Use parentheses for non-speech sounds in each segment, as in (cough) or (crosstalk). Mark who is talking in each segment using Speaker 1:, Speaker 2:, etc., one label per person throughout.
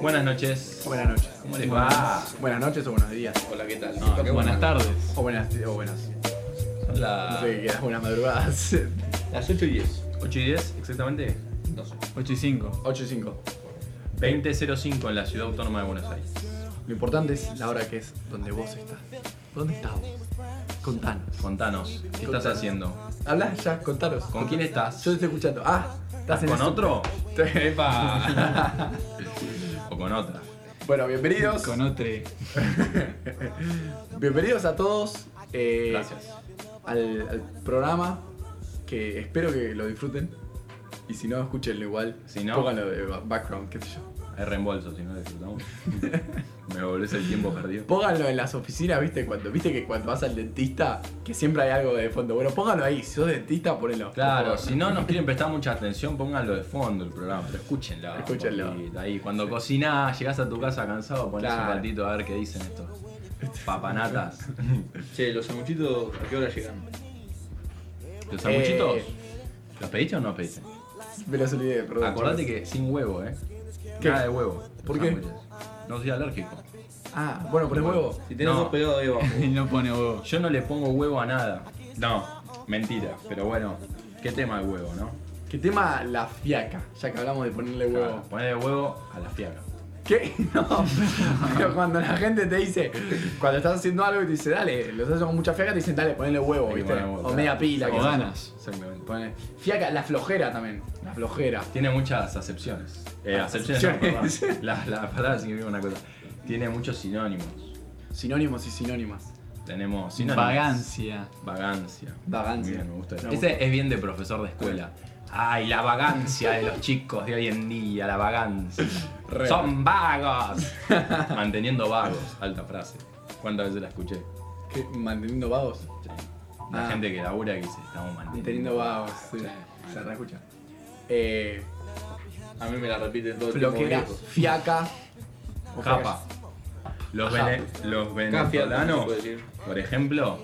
Speaker 1: Buenas noches.
Speaker 2: Buenas noches.
Speaker 1: ¿Cómo les va?
Speaker 2: Buenas noches o buenos días.
Speaker 3: Hola, ¿qué tal?
Speaker 1: No,
Speaker 3: Qué
Speaker 1: buenas tardes.
Speaker 2: O buenas. O buenas.
Speaker 3: Son
Speaker 2: No
Speaker 3: la-
Speaker 2: sé qué quedas, buenas madrugadas. (laughs)
Speaker 3: las 8 y 10.
Speaker 1: 8 y 10, exactamente.
Speaker 3: No sé.
Speaker 1: 8 y 5.
Speaker 2: 8 y 5.
Speaker 1: 20.05 en la ciudad autónoma de Buenos Aires.
Speaker 2: Lo importante es la hora que es donde vos estás. ¿Dónde estás vos? Contanos.
Speaker 1: Contanos, ¿qué estás
Speaker 2: Contanos.
Speaker 1: haciendo?
Speaker 2: Hablas ya, contanos.
Speaker 1: ¿Con quién estás?
Speaker 2: Yo te estoy escuchando. Ah, ¿estás en
Speaker 1: ¿Con
Speaker 2: el-
Speaker 1: otro?
Speaker 3: (laughs) ¡Epa!
Speaker 1: (laughs) ¿O con otra?
Speaker 2: Bueno, bienvenidos.
Speaker 4: Con otro.
Speaker 2: (laughs) Bienvenidos a todos. eh,
Speaker 1: Gracias.
Speaker 2: Al, al programa que espero que lo disfruten. Y si no, escúchenlo igual.
Speaker 1: Si no-
Speaker 2: pónganlo de ba- background, qué sé yo.
Speaker 1: Hay reembolso si no
Speaker 3: (laughs)
Speaker 1: disfrutamos. Me volvés el tiempo perdido.
Speaker 2: Pónganlo en las oficinas, viste, cuando viste que cuando vas al dentista, que siempre hay algo de fondo. Bueno, pónganlo ahí, si sos dentista, ponelo. por
Speaker 1: Claro,
Speaker 2: favor.
Speaker 1: si no nos quieren prestar mucha atención, pónganlo de fondo el programa, pero escúchenlo.
Speaker 2: Escúchenlo.
Speaker 1: un poquito Ahí, cuando cocinás, llegás a tu casa cansado, ponés un
Speaker 2: Claro.
Speaker 1: ratito a ver qué dicen estos
Speaker 2: (laughs)
Speaker 1: papanatas.
Speaker 3: che, los sanguchitos, ¿a qué hora llegan?
Speaker 1: ¿Los sanguchitos?
Speaker 2: Eh.
Speaker 1: ¿Los pediste o no pediste?
Speaker 2: Me los olvidé, perdón.
Speaker 1: Acordate
Speaker 2: chicos.
Speaker 1: que sin huevo, ¿eh?
Speaker 2: ¿Qué?
Speaker 1: Nada de huevo.
Speaker 2: ¿Por
Speaker 1: Los
Speaker 2: qué?
Speaker 1: sándwiches. No soy alérgico.
Speaker 2: Ah, bueno, ponés huevo.
Speaker 3: Si tenés
Speaker 1: No.
Speaker 3: dos pegados ahí
Speaker 4: (laughs)
Speaker 3: abajo.
Speaker 4: Y no pone
Speaker 2: Oh.
Speaker 4: huevo.
Speaker 1: Yo no le pongo huevo a nada. No, mentira. Pero bueno, qué tema el huevo, ¿no?
Speaker 2: ¿Qué tema la fiaca? Ya que hablamos de ponerle huevo.
Speaker 1: Claro, Ponerle huevo a la fiaca.
Speaker 2: ¿Qué? (laughs) No. Pero cuando la gente te dice, cuando estás haciendo algo y te dice, dale, los haces con mucha fiaca, te dicen, dale, ponle huevo,
Speaker 1: Hay que
Speaker 2: Oh, viste.
Speaker 1: ponerle huevo,
Speaker 2: o
Speaker 1: claro.
Speaker 2: media pila,
Speaker 1: O
Speaker 2: que
Speaker 4: ganas.
Speaker 1: Exactamente.
Speaker 2: Ponle- Fiaca, la flojera también. La flojera.
Speaker 1: Tiene muchas acepciones. Eh,
Speaker 3: Ah,
Speaker 1: acepciones, no,
Speaker 2: Acepciones.
Speaker 1: perdón.
Speaker 3: (laughs)
Speaker 1: la, la palabra significa una cosa. Tiene muchos sinónimos.
Speaker 2: Sinónimos y sinónimas.
Speaker 1: Tenemos sinónimos.
Speaker 4: Vagancia.
Speaker 1: Vagancia.
Speaker 2: Vagancia.
Speaker 1: Muy bien, me gusta.
Speaker 2: Me
Speaker 1: Ese es bien de profesor de escuela. Ay, la vagancia de los chicos de hoy en día, la (laughs) vagancia.
Speaker 2: Re.
Speaker 1: Son vagos. (laughs) Manteniendo vagos, alta frase. ¿Cuántas veces la escuché?
Speaker 2: ¿Qué? Manteniendo vagos.
Speaker 1: Sí. La
Speaker 2: Ah.
Speaker 1: gente que labura que dice, estamos manteniendo.
Speaker 2: Manteniendo vagos. sí. Se reescucha. Eh,
Speaker 3: A mí me la repiten todo el
Speaker 2: flojera,
Speaker 3: tiempo. viejo.
Speaker 2: fiaca. o
Speaker 1: Japa. Los,
Speaker 2: Ajá.
Speaker 1: vene- los
Speaker 3: Cafia,
Speaker 4: Ah,
Speaker 3: ¿cómo
Speaker 1: venezolanos,
Speaker 3: se puede decir?
Speaker 1: por ejemplo,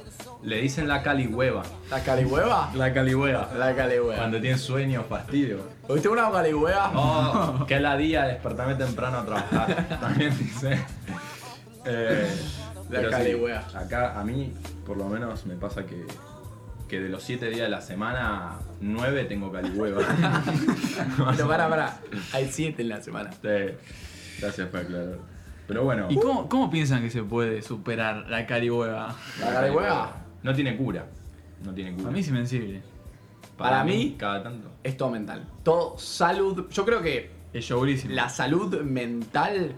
Speaker 1: le dicen la calihueva.
Speaker 2: ¿La calihueva?
Speaker 1: La calihueva.
Speaker 2: La calihueva.
Speaker 1: Cuando tienen sueños, fastidio.
Speaker 2: ¿Oíste una calihueva?
Speaker 1: Oh, qué ladilla despertarme temprano a trabajar. También dice. Eh,
Speaker 2: La
Speaker 1: pero
Speaker 2: cara de
Speaker 1: sí,
Speaker 2: wea.
Speaker 1: Acá a mí, por lo menos, me pasa que, que de los 7 días de la semana, 9 tengo calihueva.
Speaker 2: Pero para, para. Hay siete en la semana.
Speaker 1: Sí, gracias por aclarar. Pero bueno,
Speaker 4: ¿Y cómo, cómo piensan que se puede superar la carihueva?
Speaker 2: ¿La calihueva?
Speaker 1: no tiene cura. No tiene cura.
Speaker 4: A mí es invencible.
Speaker 2: para mí-
Speaker 1: cada tanto.
Speaker 2: Es todo mental. Todo salud. Yo creo que
Speaker 4: Es yogurísimo.
Speaker 2: la salud mental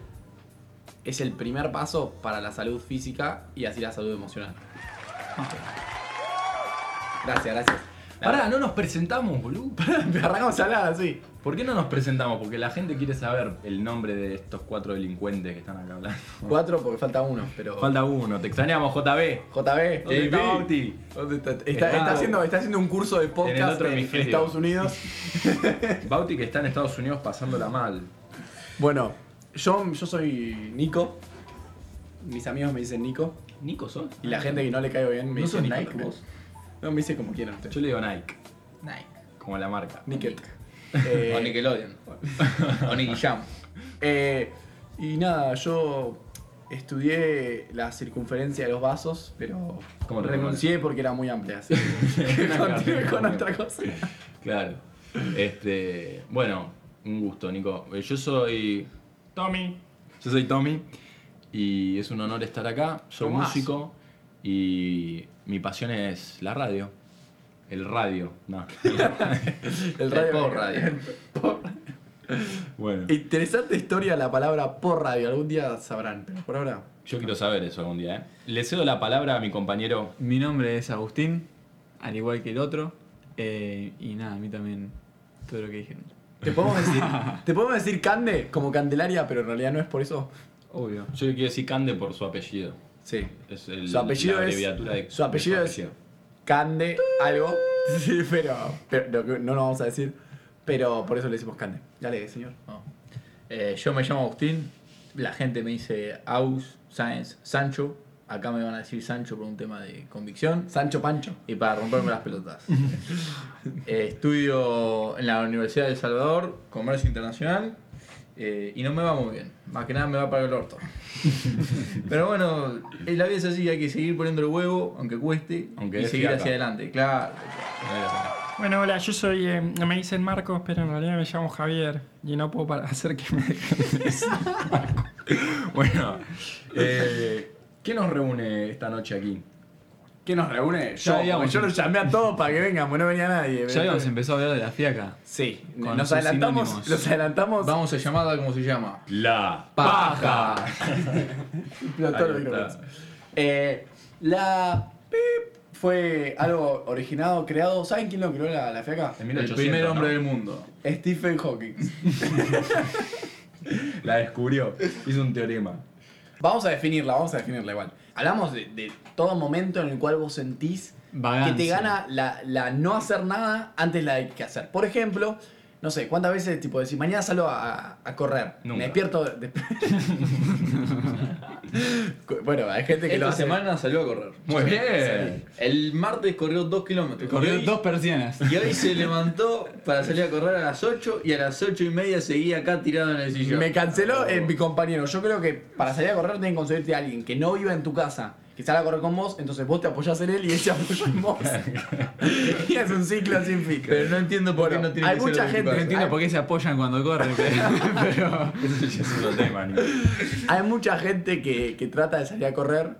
Speaker 2: es el primer paso para la salud física y así la salud emocional. Gracias, gracias. (laughs)
Speaker 1: Pará, no nos presentamos, boludo.
Speaker 2: Arrancamos a hablar así.
Speaker 1: ¿Por qué no nos presentamos? Porque la gente quiere saber el nombre de estos cuatro delincuentes que están acá (laughs) hablando. Oh.
Speaker 2: Cuatro porque falta uno, pero.
Speaker 1: Falta uno, te extrañamos, JB.
Speaker 2: JB.
Speaker 1: ¿Dónde está
Speaker 2: JB?
Speaker 1: Bauti?
Speaker 2: ¿Dónde está? Está,
Speaker 1: Está-
Speaker 2: está haciendo, está haciendo un curso de
Speaker 1: en el
Speaker 2: podcast
Speaker 1: otro
Speaker 2: en, en
Speaker 1: hemisferio.
Speaker 2: Estados Unidos.
Speaker 1: Bauti que está en Estados Unidos pasándola mal.
Speaker 2: Bueno, yo, yo soy Nico. Mis amigos me dicen Nico.
Speaker 1: ¿Nico sos? Ah.
Speaker 2: Y la gente que no le caigo bien me
Speaker 3: ¿No
Speaker 2: dice
Speaker 3: sos
Speaker 2: Nico.
Speaker 3: Nike
Speaker 2: también.
Speaker 3: vos?
Speaker 2: No, me dice como quieran ustedes.
Speaker 1: Yo le digo Nike,
Speaker 3: Nike.
Speaker 1: como la marca.
Speaker 2: Nickel.
Speaker 3: (laughs) O
Speaker 2: Eh,
Speaker 3: Nickelodeon. O Nicky Jam.
Speaker 2: eh, y nada, yo estudié la circunferencia de los vasos, pero
Speaker 1: ¿Cómo te
Speaker 2: renuncié porque era muy amplia. Así que (laughs)
Speaker 1: Una
Speaker 2: continué
Speaker 1: carrera
Speaker 2: con
Speaker 1: muy
Speaker 2: otra
Speaker 1: amplia.
Speaker 2: cosa.
Speaker 1: Claro. Este, bueno, un gusto, Nico. Eh, Yo soy Tommy. Yo soy Tommy y es un honor estar acá. Soy
Speaker 2: Tomás.
Speaker 1: músico y mi pasión es la radio. El radio, (laughs) no.
Speaker 2: El
Speaker 3: por radio.
Speaker 1: (laughs) bueno.
Speaker 2: Interesante historia la palabra por radio. Algún día sabrán, pero por ahora.
Speaker 1: Yo quiero saber eso algún día, ¿eh? Le cedo la palabra a mi compañero
Speaker 4: Mi nombre es Agustín, al igual que el otro. Eh, y nada, a mí también todo lo que dijeron.
Speaker 2: ¿Te podemos (laughs) decir, te podemos decir Cande como Candelaria, pero en realidad no es por eso?
Speaker 4: Obvio.
Speaker 1: Yo le quiero decir Cande por su apellido.
Speaker 2: Sí.
Speaker 1: Es el-
Speaker 2: Su apellido
Speaker 1: la
Speaker 2: es-
Speaker 1: abreviatura de-
Speaker 2: su apellido
Speaker 1: de
Speaker 2: es- Cande, algo. (laughs) Sí, pero, pero no, no lo vamos a decir. Pero por eso le decimos Cande. Dale, señor.
Speaker 3: No. Eh, yo me llamo Agustín. La gente me dice Aus, Sáenz, Sancho. Acá me van a decir Sancho por un tema de convicción
Speaker 2: Sancho Pancho.
Speaker 3: y para romperme las pelotas. Eh, estudio en la Universidad de El Salvador, Comercio Internacional, eh, y no me va muy bien. Más que nada me va para el orto. Pero bueno, eh, la vida es así, hay que seguir poniendo el huevo, aunque cueste,
Speaker 1: Aunque
Speaker 3: y
Speaker 1: es
Speaker 3: seguir
Speaker 1: fiaca.
Speaker 3: hacia adelante. Claro.
Speaker 5: Bueno, hola, yo soy. eh, me dicen Marcos, pero en realidad me llamo Javier. Y no puedo para- hacer que me dejen de decir.
Speaker 1: (laughs) Bueno, eh, ¿qué nos reúne esta noche aquí?
Speaker 2: ¿Quién nos reúne? Yo,
Speaker 4: habíamos-
Speaker 2: porque yo los llamé a todos para que vengan, pues no venía nadie.
Speaker 4: Ya habíamos
Speaker 2: Entonces-
Speaker 4: empezado a hablar de la fiaca.
Speaker 2: Sí,
Speaker 4: con
Speaker 2: nos
Speaker 4: sus
Speaker 2: adelantamos,
Speaker 4: sinónimos.
Speaker 2: los adelantamos.
Speaker 3: Vamos a llamarla como se llama.
Speaker 1: La
Speaker 3: Paja.
Speaker 2: Explotó los
Speaker 1: Ahí está.
Speaker 2: micrófonos. Eh, la PIP fue algo originado, creado. ¿Saben quién lo creó la, la fiaca?
Speaker 1: En
Speaker 3: El
Speaker 1: 1800,
Speaker 3: primer
Speaker 1: ¿no?
Speaker 3: hombre del mundo.
Speaker 2: Stephen Hawking.
Speaker 1: La descubrió, hizo un teorema.
Speaker 2: Vamos a definirla, vamos a definirla igual. Hablamos de, de todo momento en el cual vos sentís
Speaker 4: Vagancia.
Speaker 2: que te gana la, la no hacer nada antes la de que hacer. Por ejemplo, no sé, ¿cuántas veces tipo decís, mañana salgo a, a correr?
Speaker 1: Nunca.
Speaker 2: Me despierto. de- (laughs) bueno, hay gente que lo
Speaker 3: Esta
Speaker 2: hace mal.
Speaker 3: semana salió a correr.
Speaker 1: Muy bien.
Speaker 3: El martes corrió 2 kilómetros.
Speaker 4: Corrió
Speaker 3: Y hoy-
Speaker 4: dos persianas.
Speaker 3: Y hoy se levantó para salir a correr a las 8 y a las 8 y media seguía acá tirado en el sillón. Ah,
Speaker 2: Me canceló eh, mi compañero. Yo creo que para salir a correr tienen que conseguirte a alguien que no viva en tu casa, que salga a correr con vos, entonces vos te apoyás en él y él se apoya en vos. (laughs) y es un ciclo sin fin.
Speaker 3: Pero no entiendo por qué
Speaker 2: Bueno,
Speaker 3: no tiene
Speaker 2: hay
Speaker 3: que ser
Speaker 2: mucha
Speaker 3: de tu
Speaker 2: gente-
Speaker 4: No
Speaker 3: casa.
Speaker 4: entiendo por qué se apoyan cuando corren, pero, pero
Speaker 1: Ese ya es otro tema, ¿no?
Speaker 2: Hay
Speaker 3: (laughs)
Speaker 2: mucha gente que, que trata de salir a correr,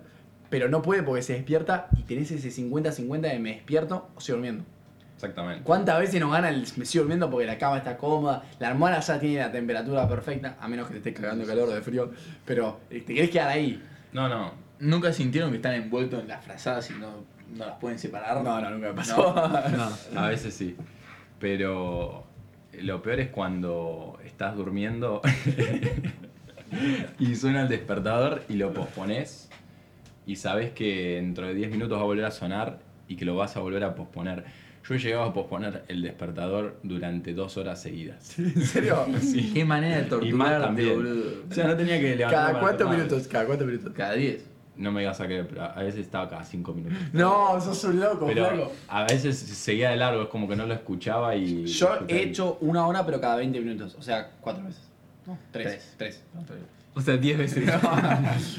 Speaker 2: pero no puede porque se despierta y tenés ese 50-50 de me despierto o sigo durmiendo.
Speaker 1: Exactamente.
Speaker 2: ¿Cuántas veces nos gana el me sigo durmiendo porque la cama está cómoda, la hermana ya tiene la temperatura perfecta, a menos que te estés cagando de calor o de frío, pero eh, te querés quedar ahí?
Speaker 1: No, no.
Speaker 3: Nunca sintieron que están envueltos en las frazadas y no, no las pueden separar.
Speaker 2: No, no, nunca me pasó. (laughs)
Speaker 1: (laughs)
Speaker 4: no.
Speaker 1: A veces sí. Pero lo peor es cuando estás durmiendo (laughs) y suena el despertador y lo pospones y sabes que dentro de 10 minutos va a volver a sonar y que lo vas a volver a posponer. Yo he llegado a posponer el despertador durante dos horas seguidas.
Speaker 2: ¿En serio?
Speaker 3: Qué manera de
Speaker 1: Y más
Speaker 3: torturarte,
Speaker 1: también.
Speaker 3: boludo.
Speaker 1: O sea, no tenía que levantar.
Speaker 2: (laughs) Cada cuántos minutos, cada cuántos minutos.
Speaker 3: Cada 10.
Speaker 1: No me digas a creer, pero a veces estaba cada 5 minutos.
Speaker 2: No, sos un loco,
Speaker 1: Pero
Speaker 2: flaco.
Speaker 1: a veces seguía de largo, es como que no lo escuchaba y.
Speaker 2: Yo he hecho una hora, pero cada 20 minutos, o sea, cuatro veces. No, tres. Tres.
Speaker 4: O sea, 10 veces.
Speaker 3: (laughs)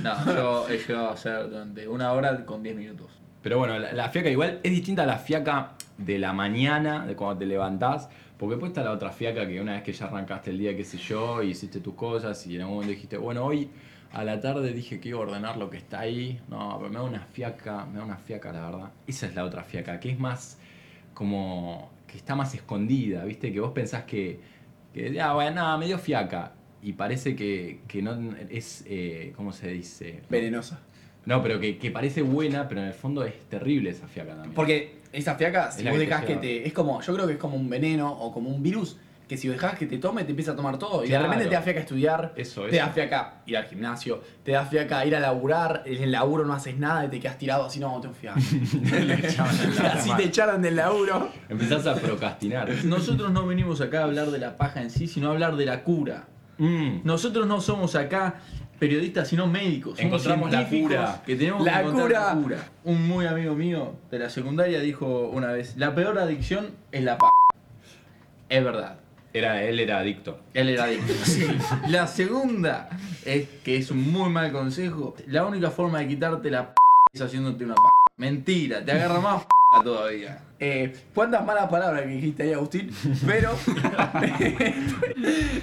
Speaker 3: No, yo he llegado a hacer durante una hora con 10 minutos.
Speaker 1: Pero bueno, la, la fiaca igual es distinta a la fiaca de la mañana, de cuando te levantás. Porque después está la otra fiaca que una vez que ya arrancaste el día, qué sé yo, y hiciste tus cosas y en algún momento dijiste, bueno, hoy a la tarde dije que iba a ordenar lo que está ahí. No, pero me da una fiaca, me da una fiaca, la verdad. Esa es la otra fiaca, que es más como que está más escondida, ¿viste? Que vos pensás que, que ah, bueno, nada, me dio fiaca. Y parece que, que no es, eh, ¿cómo se dice?
Speaker 2: Venenosa.
Speaker 1: No, pero que, que parece buena, pero en el fondo es terrible esa fiaca también.
Speaker 2: Porque esa fiaca,
Speaker 1: Es
Speaker 2: si
Speaker 1: la
Speaker 2: vos
Speaker 1: que te
Speaker 2: dejás que
Speaker 1: lleva.
Speaker 2: te. Es como, yo creo que es como un veneno o como un virus que si dejás que te tome, te empieza a tomar todo. Y de
Speaker 1: Claro.
Speaker 2: repente te da fiaca estudiar,
Speaker 1: Eso,
Speaker 2: te
Speaker 1: eso.
Speaker 2: da fiaca ir al gimnasio, te da fiaca ir a laburar, en el laburo no haces nada y te quedas tirado así, no, tengo (laughs) fiaca. así te echaron del laburo.
Speaker 1: Empezás a procrastinar.
Speaker 3: Nosotros no venimos acá a hablar de la paja en sí, sino a hablar de la cura.
Speaker 1: Mm.
Speaker 3: Nosotros no somos acá periodistas, sino médicos. Somos
Speaker 1: Encontramos la
Speaker 3: científicos
Speaker 1: cura.
Speaker 3: Que tenemos
Speaker 2: La
Speaker 3: que encontrar
Speaker 2: cura.
Speaker 3: la cura. Un muy amigo mío de la secundaria dijo una vez, la peor adicción es la p***". Es verdad.
Speaker 1: Era, él era adicto.
Speaker 3: Él era adicto. (laughs) La segunda es que es un muy mal consejo. La única forma de quitarte la p es haciéndote una p. Mentira, te agarra más p todavía.
Speaker 2: Eh, ¿Cuántas malas palabras que dijiste ahí, Agustín? Pero (laughs)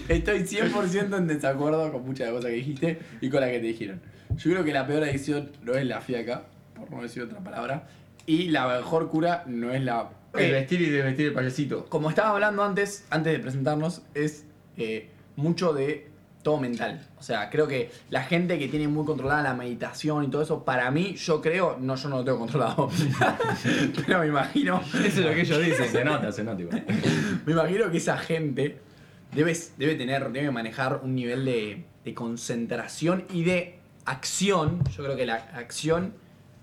Speaker 2: estoy 100% en desacuerdo con muchas de las cosas que dijiste y con las que te dijeron. Yo creo que la peor adicción no es la fiaca, por no decir otra palabra, y la mejor cura no es la...
Speaker 3: El
Speaker 2: Eh,
Speaker 3: vestir y desvestir el payasito.
Speaker 2: como estaba hablando antes, antes de presentarnos, es eh, mucho de todo mental. O sea, creo que la gente que tiene muy controlada la meditación y todo eso, para mí, yo creo, no, yo no lo tengo controlado, (laughs) pero me imagino
Speaker 1: Eso es lo que ellos dicen. Se nota, se nota. igual.
Speaker 2: me imagino que esa gente debe, debe tener, debe manejar un nivel de, de concentración y de acción. Yo creo que la acción,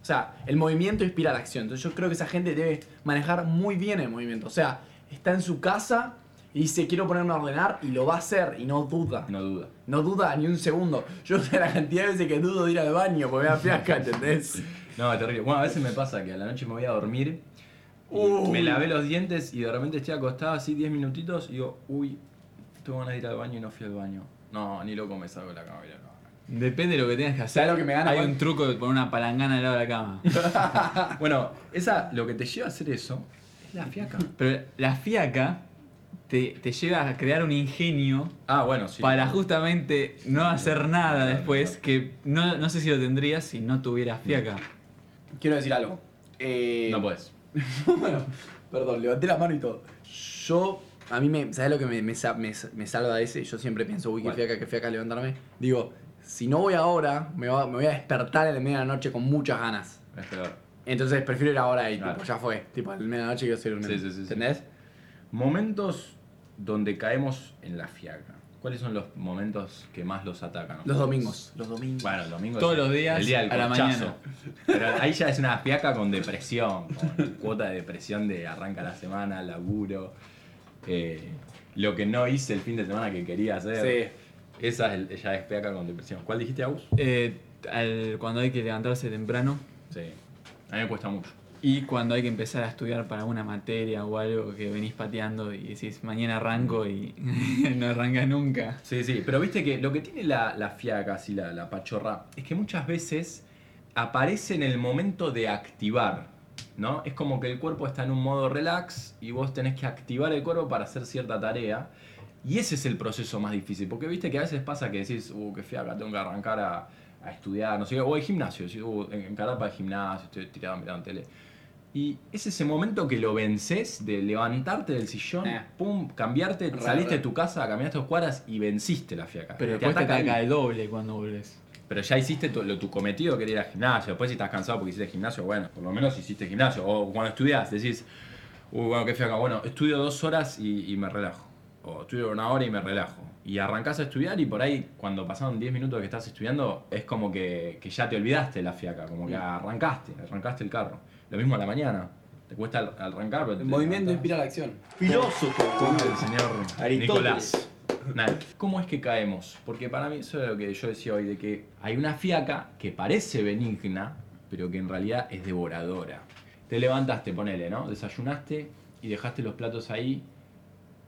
Speaker 2: o sea, el movimiento inspira la acción. Entonces yo creo que esa gente debe manejar muy bien el movimiento. O sea, está en su casa Y dice, quiero ponerme a ordenar y lo va a hacer y no duda.
Speaker 1: No duda.
Speaker 2: No duda ni un segundo. Yo sé la cantidad de veces que dudo de ir al baño porque me da fiasca, ¿entendés?
Speaker 1: No, es terrible. Bueno, a veces me pasa que a la noche me voy a dormir, y
Speaker 4: Uh.
Speaker 2: Uy.
Speaker 1: me lavé los dientes y de repente estoy acostado así 10 minutitos y digo, uy, tengo ganas de ir al baño y no fui al baño. No, ni loco me salgo de la cama. voy a ir al baño.
Speaker 4: Depende de lo que tengas que hacer.
Speaker 2: ¿Sabes lo que me gana,
Speaker 4: Hay
Speaker 2: Juan?
Speaker 4: un truco de poner una palangana al lado de la cama.
Speaker 1: Bueno, esa, lo que te lleva a hacer eso es la
Speaker 4: (laughs)
Speaker 1: fiaca.
Speaker 4: Pero la fiaca te, te lleva a crear un ingenio
Speaker 1: Ah, bueno, sí.
Speaker 4: para justamente no hacer nada
Speaker 1: Claro,
Speaker 4: después,
Speaker 1: claro. Mm.
Speaker 4: que no, no sé si lo tendrías si no tuvieras fiaca.
Speaker 2: Quiero decir algo. Eh,
Speaker 1: No puedes.
Speaker 2: bueno, perdón, levanté la mano y todo. Yo, a mí me, ¿sabes lo que me, me, sa- me, me salva de ese? Yo siempre pienso, uy, qué
Speaker 1: ¿Cuál?
Speaker 2: fiaca, qué fiaca levantarme. Digo, si no voy ahora, me, va- me voy a despertar en la media de la noche con muchas ganas.
Speaker 1: Es peor.
Speaker 2: Entonces prefiero ir ahora y
Speaker 1: Claro.
Speaker 2: tipo, ya fue. Tipo, en la media de la noche quiero hacer un...
Speaker 1: Sí, sí, sí, sí.
Speaker 2: ¿Entendés?
Speaker 1: Momentos donde caemos en la fiaca. ¿Cuáles son los momentos que más los atacan?
Speaker 2: Los domingos. Los domingos.
Speaker 1: Bueno, el domingo.
Speaker 4: Todos
Speaker 1: es el-
Speaker 4: los días
Speaker 1: el día del
Speaker 4: a la
Speaker 1: corchazo.
Speaker 4: mañana.
Speaker 1: Pero ahí ya es una fiaca con depresión, con cuota de depresión de arranca la semana, laburo. eh, lo que no hice el fin de semana que quería hacer. Esa es, el- ya es fiaca con depresión. ¿Cuál dijiste, Agus?
Speaker 4: Eh, al- cuando hay que levantarse temprano
Speaker 1: Sí. A mí me cuesta mucho.
Speaker 4: y cuando hay que empezar a estudiar para una materia o algo que venís pateando y decís mañana arranco y (laughs) no arranca nunca.
Speaker 1: Sí, sí, pero viste que lo que tiene la, la fiaca, así la, la pachorra, es que muchas veces aparece en el momento de activar, ¿no? Es como que el cuerpo está en un modo relax y vos tenés que activar el cuerpo para hacer cierta tarea. Y ese es el proceso más difícil, porque viste que a veces pasa que decís, uh, qué fiaca, tengo que arrancar a, a estudiar, no sé qué, o el gimnasio, decís, "Uh, en- encarar para el gimnasio, estoy tirado mirando tele. Y es ese momento que lo vences de levantarte del sillón,
Speaker 2: Eh.
Speaker 1: pum, cambiarte,
Speaker 2: Re,
Speaker 1: saliste
Speaker 2: re.
Speaker 1: de tu casa, caminaste dos cuadras y venciste la fiaca.
Speaker 4: Pero después te
Speaker 1: ataca
Speaker 4: ataca
Speaker 1: ahí.
Speaker 4: el doble cuando volvés.
Speaker 1: Pero ya hiciste tu, lo- tu cometido que era ir al gimnasio. Después si estás cansado porque hiciste gimnasio, bueno, por lo menos hiciste gimnasio. O cuando estudias decís, uy, bueno, qué fiaca. Bueno, estudio dos horas y, y me relajo. O estudio una hora y me relajo. Y arrancás a estudiar y por ahí, cuando pasaron 10 minutos que estás estudiando, es como que, que ya te olvidaste la fiaca. Como que arrancaste, arrancaste el carro. Lo mismo a la mañana. Te cuesta al- arrancar, pero te levantás.
Speaker 2: la acción.
Speaker 6: Filósofo,
Speaker 1: El señor
Speaker 6: Aristóteles.
Speaker 1: Nicolás. Nada. ¿Cómo es que caemos? Porque para mí, eso es lo que yo decía hoy, de que hay una fiaca que parece benigna, pero que en realidad es devoradora. Te levantaste, ponele, ¿no? Desayunaste y dejaste los platos ahí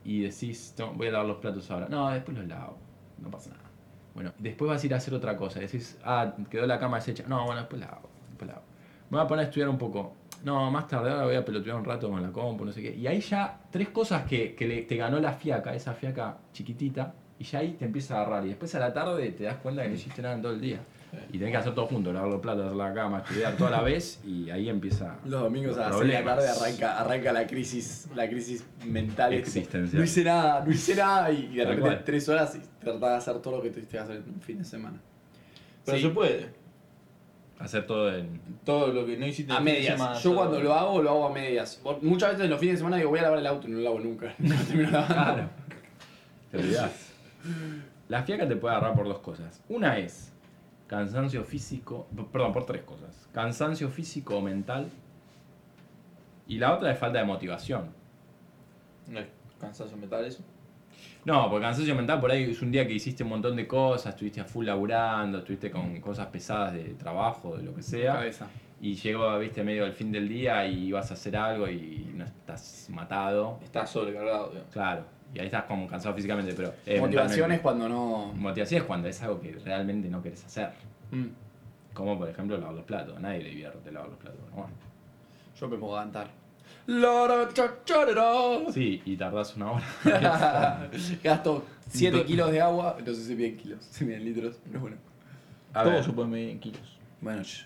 Speaker 1: y decís, no, voy a lavar los platos ahora. No, después los lavo, no pasa nada. Bueno, después vas a ir a hacer otra cosa. Decís, ah, quedó la cama deshecha. No, bueno, después la hago. Después la hago. Me voy a poner a estudiar un poco. No, más tarde ahora voy a pelotear un rato con la compu, no sé qué. Y ahí ya, tres cosas que, que le- te ganó la fiaca, esa fiaca chiquitita, y ya ahí te empieza a agarrar. Y después a la tarde te das cuenta que no hiciste nada en todo el día. Y tenés que hacer todo junto, lavar los platos, hacer la cama, estudiar toda la vez, y ahí empieza.
Speaker 2: Los domingos a las seis de la
Speaker 1: problemas.
Speaker 2: tarde arranca, arranca la crisis, la crisis mental. Es como,
Speaker 1: Existencial.
Speaker 2: No hice nada, no hice nada y de
Speaker 1: Tal
Speaker 2: repente
Speaker 1: cual.
Speaker 2: tres horas y tratás de hacer todo lo que tuviste que hacer en un fin de semana.
Speaker 6: Pero
Speaker 2: Sí.
Speaker 6: se puede.
Speaker 1: Hacer todo en.
Speaker 6: Todo lo que no hiciste.
Speaker 2: A
Speaker 6: el fin de
Speaker 2: medias.
Speaker 6: semana,
Speaker 2: Yo
Speaker 6: todo
Speaker 2: cuando
Speaker 6: que-
Speaker 2: lo hago, lo hago a medias. Por- Muchas veces los fines de semana digo voy a lavar el auto y no lo lavo nunca. (laughs) No lo termino lavando.
Speaker 1: Claro. Te olvidás. La fiaca te puede agarrar por dos cosas. Una es cansancio físico, p- perdón, por tres cosas. Cansancio físico o mental. Y la otra es falta de motivación.
Speaker 6: No es cansancio mental eso.
Speaker 1: No, porque cansancio mental por ahí es un día que hiciste un montón de cosas, estuviste a full laburando, estuviste con cosas pesadas de trabajo, de lo que sea.
Speaker 2: Cabeza.
Speaker 1: Y llegó, viste, medio al fin del día y vas a hacer algo y no estás matado.
Speaker 6: Está sobrecargado, digamos.
Speaker 1: Claro. Y ahí estás como cansado físicamente, pero... eh,
Speaker 2: Motivación
Speaker 1: mentalmente.
Speaker 2: es cuando no.
Speaker 1: Motivación es cuando es algo que realmente no querés hacer.
Speaker 2: Mm.
Speaker 1: Como por ejemplo lavar los platos. A nadie le divierte lavar los platos. pero Bueno.
Speaker 2: Yo me puedo cantar. Loro, cha, charero.
Speaker 1: Sí, y tardás una hora.
Speaker 2: Gasto 7
Speaker 4: Do-
Speaker 2: kilos de agua, no sé si bien kilos, si bien litros, pero bueno.
Speaker 1: (laughs) A
Speaker 6: Todo
Speaker 1: ver,
Speaker 6: se puede medir en kilos.
Speaker 2: Bueno, sh-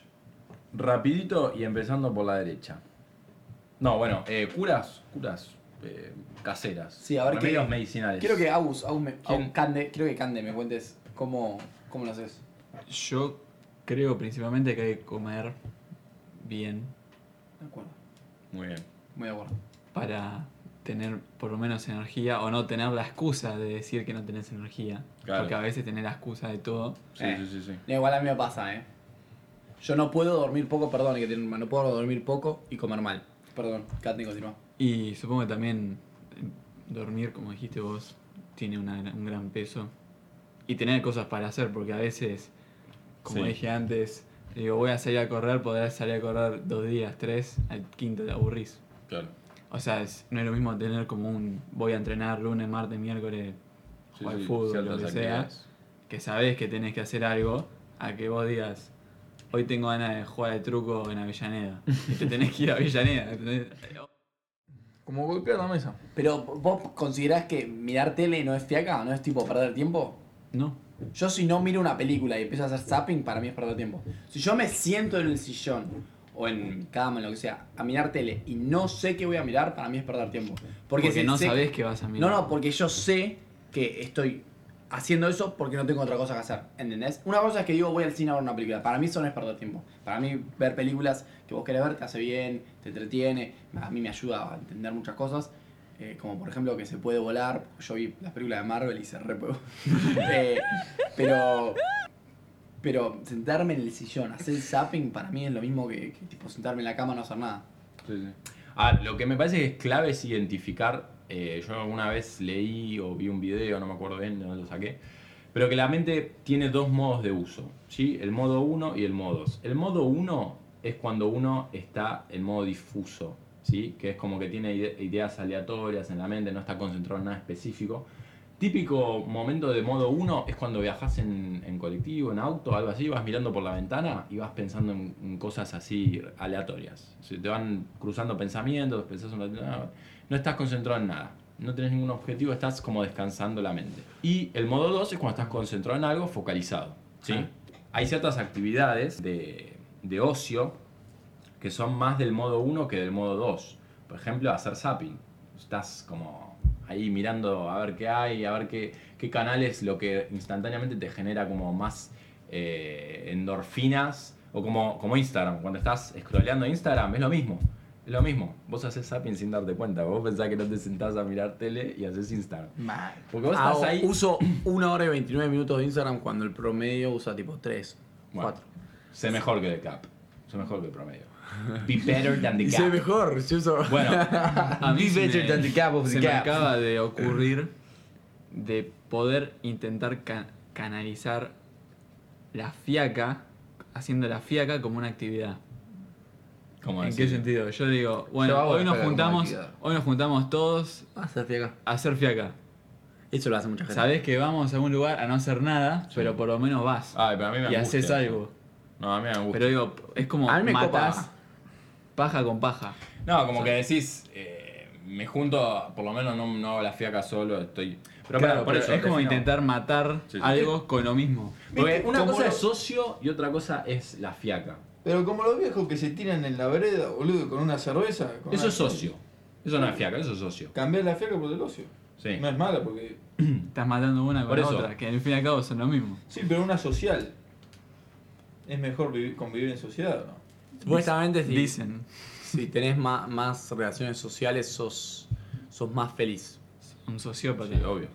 Speaker 1: rapidito y empezando por la derecha. No, bueno, eh, curas, curas eh, caseras.
Speaker 2: Sí, a ver
Speaker 1: Remedios
Speaker 2: qué-
Speaker 1: medicinales.
Speaker 2: Quiero que Agus, Agus, me,
Speaker 1: ¿Quién?
Speaker 2: Agus- Cande, quiero que Cande me cuentes cómo, cómo lo haces.
Speaker 4: Yo creo principalmente que hay que comer bien
Speaker 2: De acuerdo.
Speaker 1: Muy bien.
Speaker 2: Muy de acuerdo.
Speaker 4: para tener por lo menos energía o no tener la excusa de decir que no tenés energía.
Speaker 1: Claro.
Speaker 4: Porque a veces tener la excusa de todo.
Speaker 1: Sí,
Speaker 2: Eh.
Speaker 1: sí, sí, sí.
Speaker 2: No, igual a mí me pasa, ¿eh? Yo no puedo dormir poco, perdón, eh, que tiene- no puedo dormir poco y comer mal. Perdón, Cande, continúa.
Speaker 4: Y supongo que también em, dormir, como dijiste vos, tiene una gra- un gran peso. Y tener cosas para hacer, porque a veces, como
Speaker 1: Sí.
Speaker 4: dije antes, digo, voy a salir a correr, podrás salir a correr dos días, tres, al quinto te aburrís.
Speaker 1: Claro.
Speaker 4: O sea, es- no es lo mismo tener como un voy a entrenar lunes, martes, miércoles, jugar fútbol, lo que sea, que sabés que tenés que hacer algo, a que vos digas, hoy tengo ganas de jugar de truco en Avellaneda. Y te tenés que ir a Avellaneda. ¿entendés?
Speaker 3: Como golpear la mesa.
Speaker 2: Pero vos considerás que mirar tele no es fiaca, no es tipo perder tiempo.
Speaker 4: No.
Speaker 2: Yo si no miro una película y empiezo a hacer zapping, para mí es perder tiempo. Si yo me siento en el sillón o en mi cama, en lo que sea, a mirar tele y no sé qué voy a mirar, para mí es perder tiempo.
Speaker 4: Porque,
Speaker 2: si
Speaker 4: no
Speaker 2: sé-
Speaker 4: sabés que vas a mirar.
Speaker 2: No, no, porque yo sé que estoy haciendo eso porque no tengo otra cosa que hacer, ¿entendés? Una cosa es que digo voy al cine a ver una película, para mí eso no es perder tiempo. Para mí ver películas que vos querés ver te hace bien, te entretiene, a mí me ayuda a entender muchas cosas. eh, como por ejemplo que se puede volar, yo vi las películas de Marvel y se re puedo. (laughs) Eh, pero pero sentarme en el sillón, hacer zapping para mí es lo mismo que, que, tipo sentarme en la cama no hacer nada.
Speaker 1: Sí, sí. Ah, lo que me parece que es clave es identificar. eh, yo alguna vez leí o vi un video, no me acuerdo bien, no lo saqué. Pero que la mente tiene dos modos de uso, ¿sí? El modo 1 y el modo 2. El modo 1 es cuando uno está en modo difuso, ¿sí? Que es como que tiene ide- ideas aleatorias en la mente, no está concentrado en nada específico. Típico momento de modo 1 es cuando viajas en, en colectivo, en auto, algo así, vas mirando por la ventana y vas pensando en, en cosas así aleatorias. Se te van cruzando pensamientos, pensás un ratito, ah, no estás concentrado en nada, no tenés ningún objetivo, estás como descansando la mente. Y el modo 2 es cuando estás concentrado en algo focalizado. ¿sí? Hay ciertas actividades de, de ocio que son más del modo 1 que del modo 2. Por ejemplo, hacer zapping. Estás como ahí mirando a ver qué hay, a ver qué, qué canal es lo que instantáneamente te genera como más eh, endorfinas. O como, como Instagram, cuando estás scrolleando Instagram, es lo mismo. Es lo mismo. Vos haces zapping sin darte cuenta. Vos pensás que no te sentás a mirar tele y haces Instagram. Porque vos estás
Speaker 2: Hago-
Speaker 1: ahí.
Speaker 2: Ah, Uso 1 hora y 29 minutos de Instagram cuando el promedio usa tipo 3,
Speaker 1: Bueno,
Speaker 2: 4.
Speaker 1: Sé mejor que el cap. Sé mejor que el
Speaker 2: (laughs)
Speaker 1: promedio. Be better than the
Speaker 2: Y sé
Speaker 1: cap.
Speaker 2: mejor, si uso. (laughs)
Speaker 1: Bueno,
Speaker 4: A mí se
Speaker 3: better
Speaker 4: me,
Speaker 3: than the cap of
Speaker 4: se
Speaker 3: the
Speaker 4: me
Speaker 3: cap.
Speaker 4: acaba de ocurrir de poder intentar ca- canalizar la fiaca, haciendo la fiaca como una actividad.
Speaker 1: como
Speaker 4: ¿En
Speaker 1: decir,
Speaker 4: qué sentido? Yo digo, bueno,
Speaker 3: Yo hago
Speaker 4: hoy
Speaker 3: la
Speaker 4: nos
Speaker 3: fiaca como
Speaker 4: juntamos,
Speaker 3: actividad.
Speaker 4: hoy nos juntamos todos
Speaker 6: Ah,
Speaker 2: Hacer fiaca.
Speaker 4: a hacer fiaca.
Speaker 2: Eso lo hace mucha gente.
Speaker 4: Sabés que vamos a un lugar a no hacer nada, pero por lo menos vas
Speaker 1: Ay, pero a mí me
Speaker 4: y haces
Speaker 1: angustia.
Speaker 4: algo.
Speaker 1: No, a mí me gusta.
Speaker 4: Pero digo, es como
Speaker 2: A mí me
Speaker 4: matas
Speaker 2: copa.
Speaker 4: paja con paja.
Speaker 1: No, como que decís, eh, me junto, por lo menos no, no hago la fiaca solo, estoy... Pero
Speaker 4: Claro,
Speaker 1: bueno, por
Speaker 4: pero
Speaker 1: eso,
Speaker 4: es como
Speaker 1: defino.
Speaker 4: intentar matar
Speaker 1: Sí, sí.
Speaker 4: algo con lo mismo.
Speaker 1: Porque
Speaker 6: ¿Viste?
Speaker 1: una
Speaker 6: Como
Speaker 1: cosa
Speaker 6: lo-
Speaker 1: es socio y otra cosa es la fiaca.
Speaker 6: Pero como los viejos que se tiran en la vereda, boludo, con una cerveza. con
Speaker 1: Eso
Speaker 6: una-
Speaker 1: es socio. Eso no es fiaca, eso es socio.
Speaker 6: Cambiar la fiaca por el ocio.
Speaker 1: Sí.
Speaker 6: No es mala porque.
Speaker 4: Estás matando una con
Speaker 1: Por
Speaker 4: la
Speaker 1: eso.
Speaker 4: otra, que al fin y al cabo son lo mismo.
Speaker 6: Sí, pero una social. ¿Es mejor vivir- convivir en sociedad o no?
Speaker 2: Supuestamente si,
Speaker 4: Dicen.
Speaker 2: si tenés ma- más, relaciones sociales sos, sos más feliz.
Speaker 4: Un sociópata.
Speaker 1: Sí, obvio.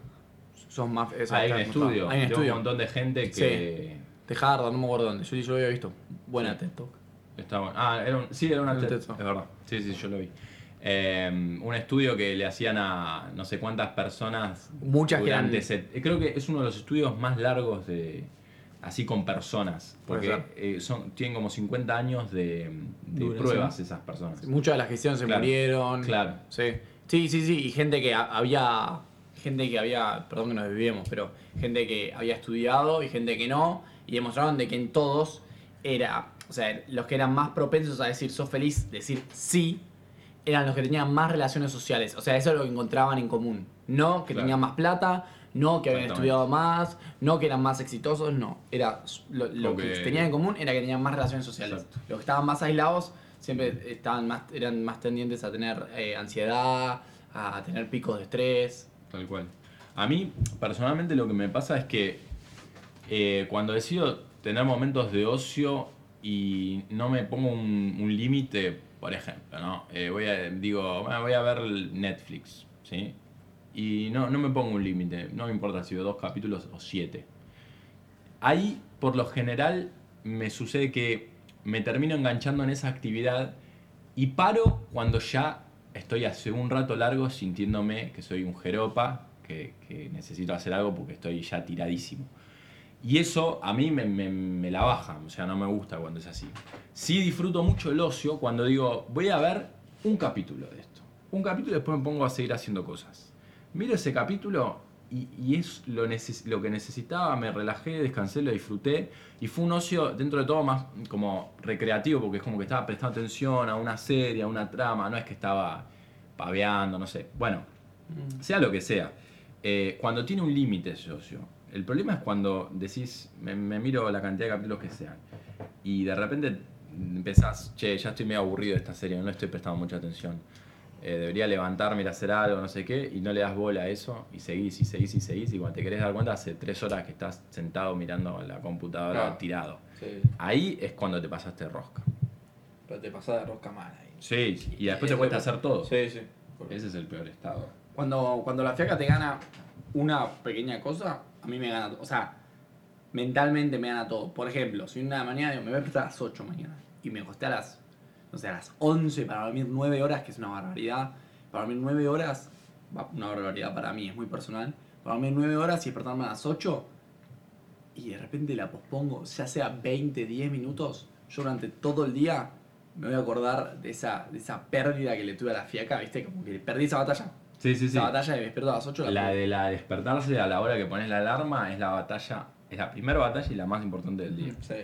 Speaker 2: Sos más eso
Speaker 1: Hay
Speaker 2: está
Speaker 1: un
Speaker 2: demostrado.
Speaker 1: estudio,
Speaker 2: Hay un
Speaker 1: de un
Speaker 2: estudio.
Speaker 1: montón de gente que...
Speaker 2: De Harvard, no me acuerdo dónde. Yo, yo lo había visto. Buena TED Talk.
Speaker 1: Está bueno. Ah, era un, sí, era una
Speaker 2: Era un
Speaker 1: TED,
Speaker 2: TED.
Speaker 1: Es verdad. Sí, sí, yo lo vi. Eh, un estudio que le hacían a no sé cuántas personas
Speaker 2: Muchas que
Speaker 1: durante
Speaker 2: eran-
Speaker 1: ese- eh, Creo que es uno de los estudios más largos de. Así con personas. Porque
Speaker 2: Puede
Speaker 1: eh, son, tienen como 50 años de, de
Speaker 4: Duración.
Speaker 1: pruebas esas personas.
Speaker 2: Muchas de las que hicieron se
Speaker 1: Claro.
Speaker 2: murieron.
Speaker 1: Claro.
Speaker 2: Sí. Sí, sí, sí. Y gente que ha- había. Gente que había. Perdón que nos desviemos, pero. Gente que había estudiado y gente que no. Y demostraron de que en todos era. O sea, los que eran más propensos a decir sos feliz, decir sí, eran los que tenían más relaciones sociales. O sea, eso es lo que encontraban en común. No que
Speaker 1: Claro.
Speaker 2: tenían más plata, no que habían
Speaker 1: Exactamente.
Speaker 2: estudiado más, no que eran más exitosos, no. Era lo, lo que
Speaker 1: Ok.
Speaker 2: tenían en común era que tenían más relaciones sociales.
Speaker 1: Exacto.
Speaker 2: Los que estaban más aislados siempre estaban más, eran más tendientes a tener eh, ansiedad, a tener picos de estrés.
Speaker 1: Tal cual. A mí, personalmente, lo que me pasa es que eh, cuando decido tener momentos de ocio y no me pongo un, un límite, por ejemplo, ¿no? Eh, voy a, digo, "Ah, voy a ver Netflix, ¿sí? Y no, no me pongo un límite, no me importa si veo dos capítulos o siete. Ahí, por lo general, me sucede que me termino enganchando en esa actividad y paro cuando ya estoy hace un rato largo sintiéndome que soy un jeropa, que, que necesito hacer algo porque estoy ya tiradísimo. Y eso a mí me, me- me la baja, o sea, no me gusta cuando es así. Sí disfruto mucho el ocio cuando digo, voy a ver un capítulo de esto. Un capítulo y después me pongo a seguir haciendo cosas. Miro ese capítulo y, y es lo, neces- lo que necesitaba, me relajé, descansé, lo disfruté. Y fue un ocio, dentro de todo, más como recreativo, porque es como que estaba prestando atención a una serie, a una trama, no es que estaba paveando, no sé. Bueno, sea lo que sea, eh, cuando tiene un límite ese socio, el problema es cuando decís, me, me miro la cantidad de capítulos que sean, y de repente empezás, che, ya estoy medio aburrido de esta serie, no le estoy prestando mucha atención. eh, debería levantarme, ir a hacer algo, no sé qué, y no le das bola a eso, y seguís, y seguís, y seguís, y cuando te querés dar cuenta, hace tres horas que estás sentado mirando la computadora
Speaker 6: Claro.
Speaker 1: tirado.
Speaker 6: Sí,
Speaker 1: Ahí es cuando te pasaste de rosca.
Speaker 6: pero te pasás de rosca mal ahí.
Speaker 1: Sí, y después te cuesta hacer todo.
Speaker 6: Sí, sí.
Speaker 1: Ese es el peor estado.
Speaker 2: Cuando, cuando la fiaca te gana una pequeña cosa, a mí me gana. O sea, mentalmente me gana todo. Por ejemplo, si una mañana digo, me voy a despertar a las 8 mañana y me acosté a las, no sé, a las 11 para dormir 9 horas, que es una barbaridad. Para dormir 9 horas, va, una barbaridad para mí, es muy personal. Para dormir 9 horas y despertarme a las 8 y de repente la pospongo, ya sea 20, 10 minutos, yo durante todo el día me voy a acordar de esa, de esa pérdida que le tuve a la fiaca, ¿viste? Como que perdí esa batalla.
Speaker 1: Sí, sí, sí.
Speaker 2: La batalla de me despierto a las 8
Speaker 1: La de la despertarse a la hora que pones la alarma es la batalla, es la primera batalla y la más importante del día.
Speaker 6: Sí.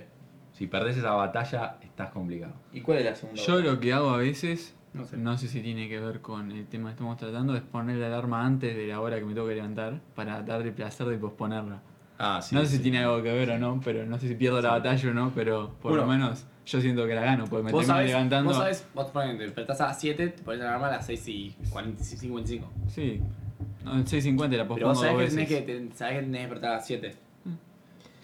Speaker 1: Si perdés esa batalla, estás complicado.
Speaker 6: ¿Y cuál es la segunda?
Speaker 4: Yo lo que hago a veces,
Speaker 2: No sé.
Speaker 4: si tiene que ver con el tema que estamos tratando, es poner la alarma antes de la hora que me tengo que levantar para darle placer de posponerla.
Speaker 1: Ah, sí.
Speaker 4: no sé si tiene algo que ver o no, pero no sé si pierdo la batalla o no, pero por lo
Speaker 2: Bueno.
Speaker 4: menos yo siento que la gano, porque me
Speaker 2: Vos
Speaker 4: termino
Speaker 2: sabés,
Speaker 4: levantando.
Speaker 2: vos sabés, vos ponés, te despertás a las 7, te pones la alarma a las 6 y 45, 55.
Speaker 4: Sí. No, en 6.50 la
Speaker 2: Pero
Speaker 4: pospongo
Speaker 2: vos sabés
Speaker 4: dos
Speaker 2: que,
Speaker 4: veces.
Speaker 2: tenés que, te- sabés que tenés que despertar a las 7.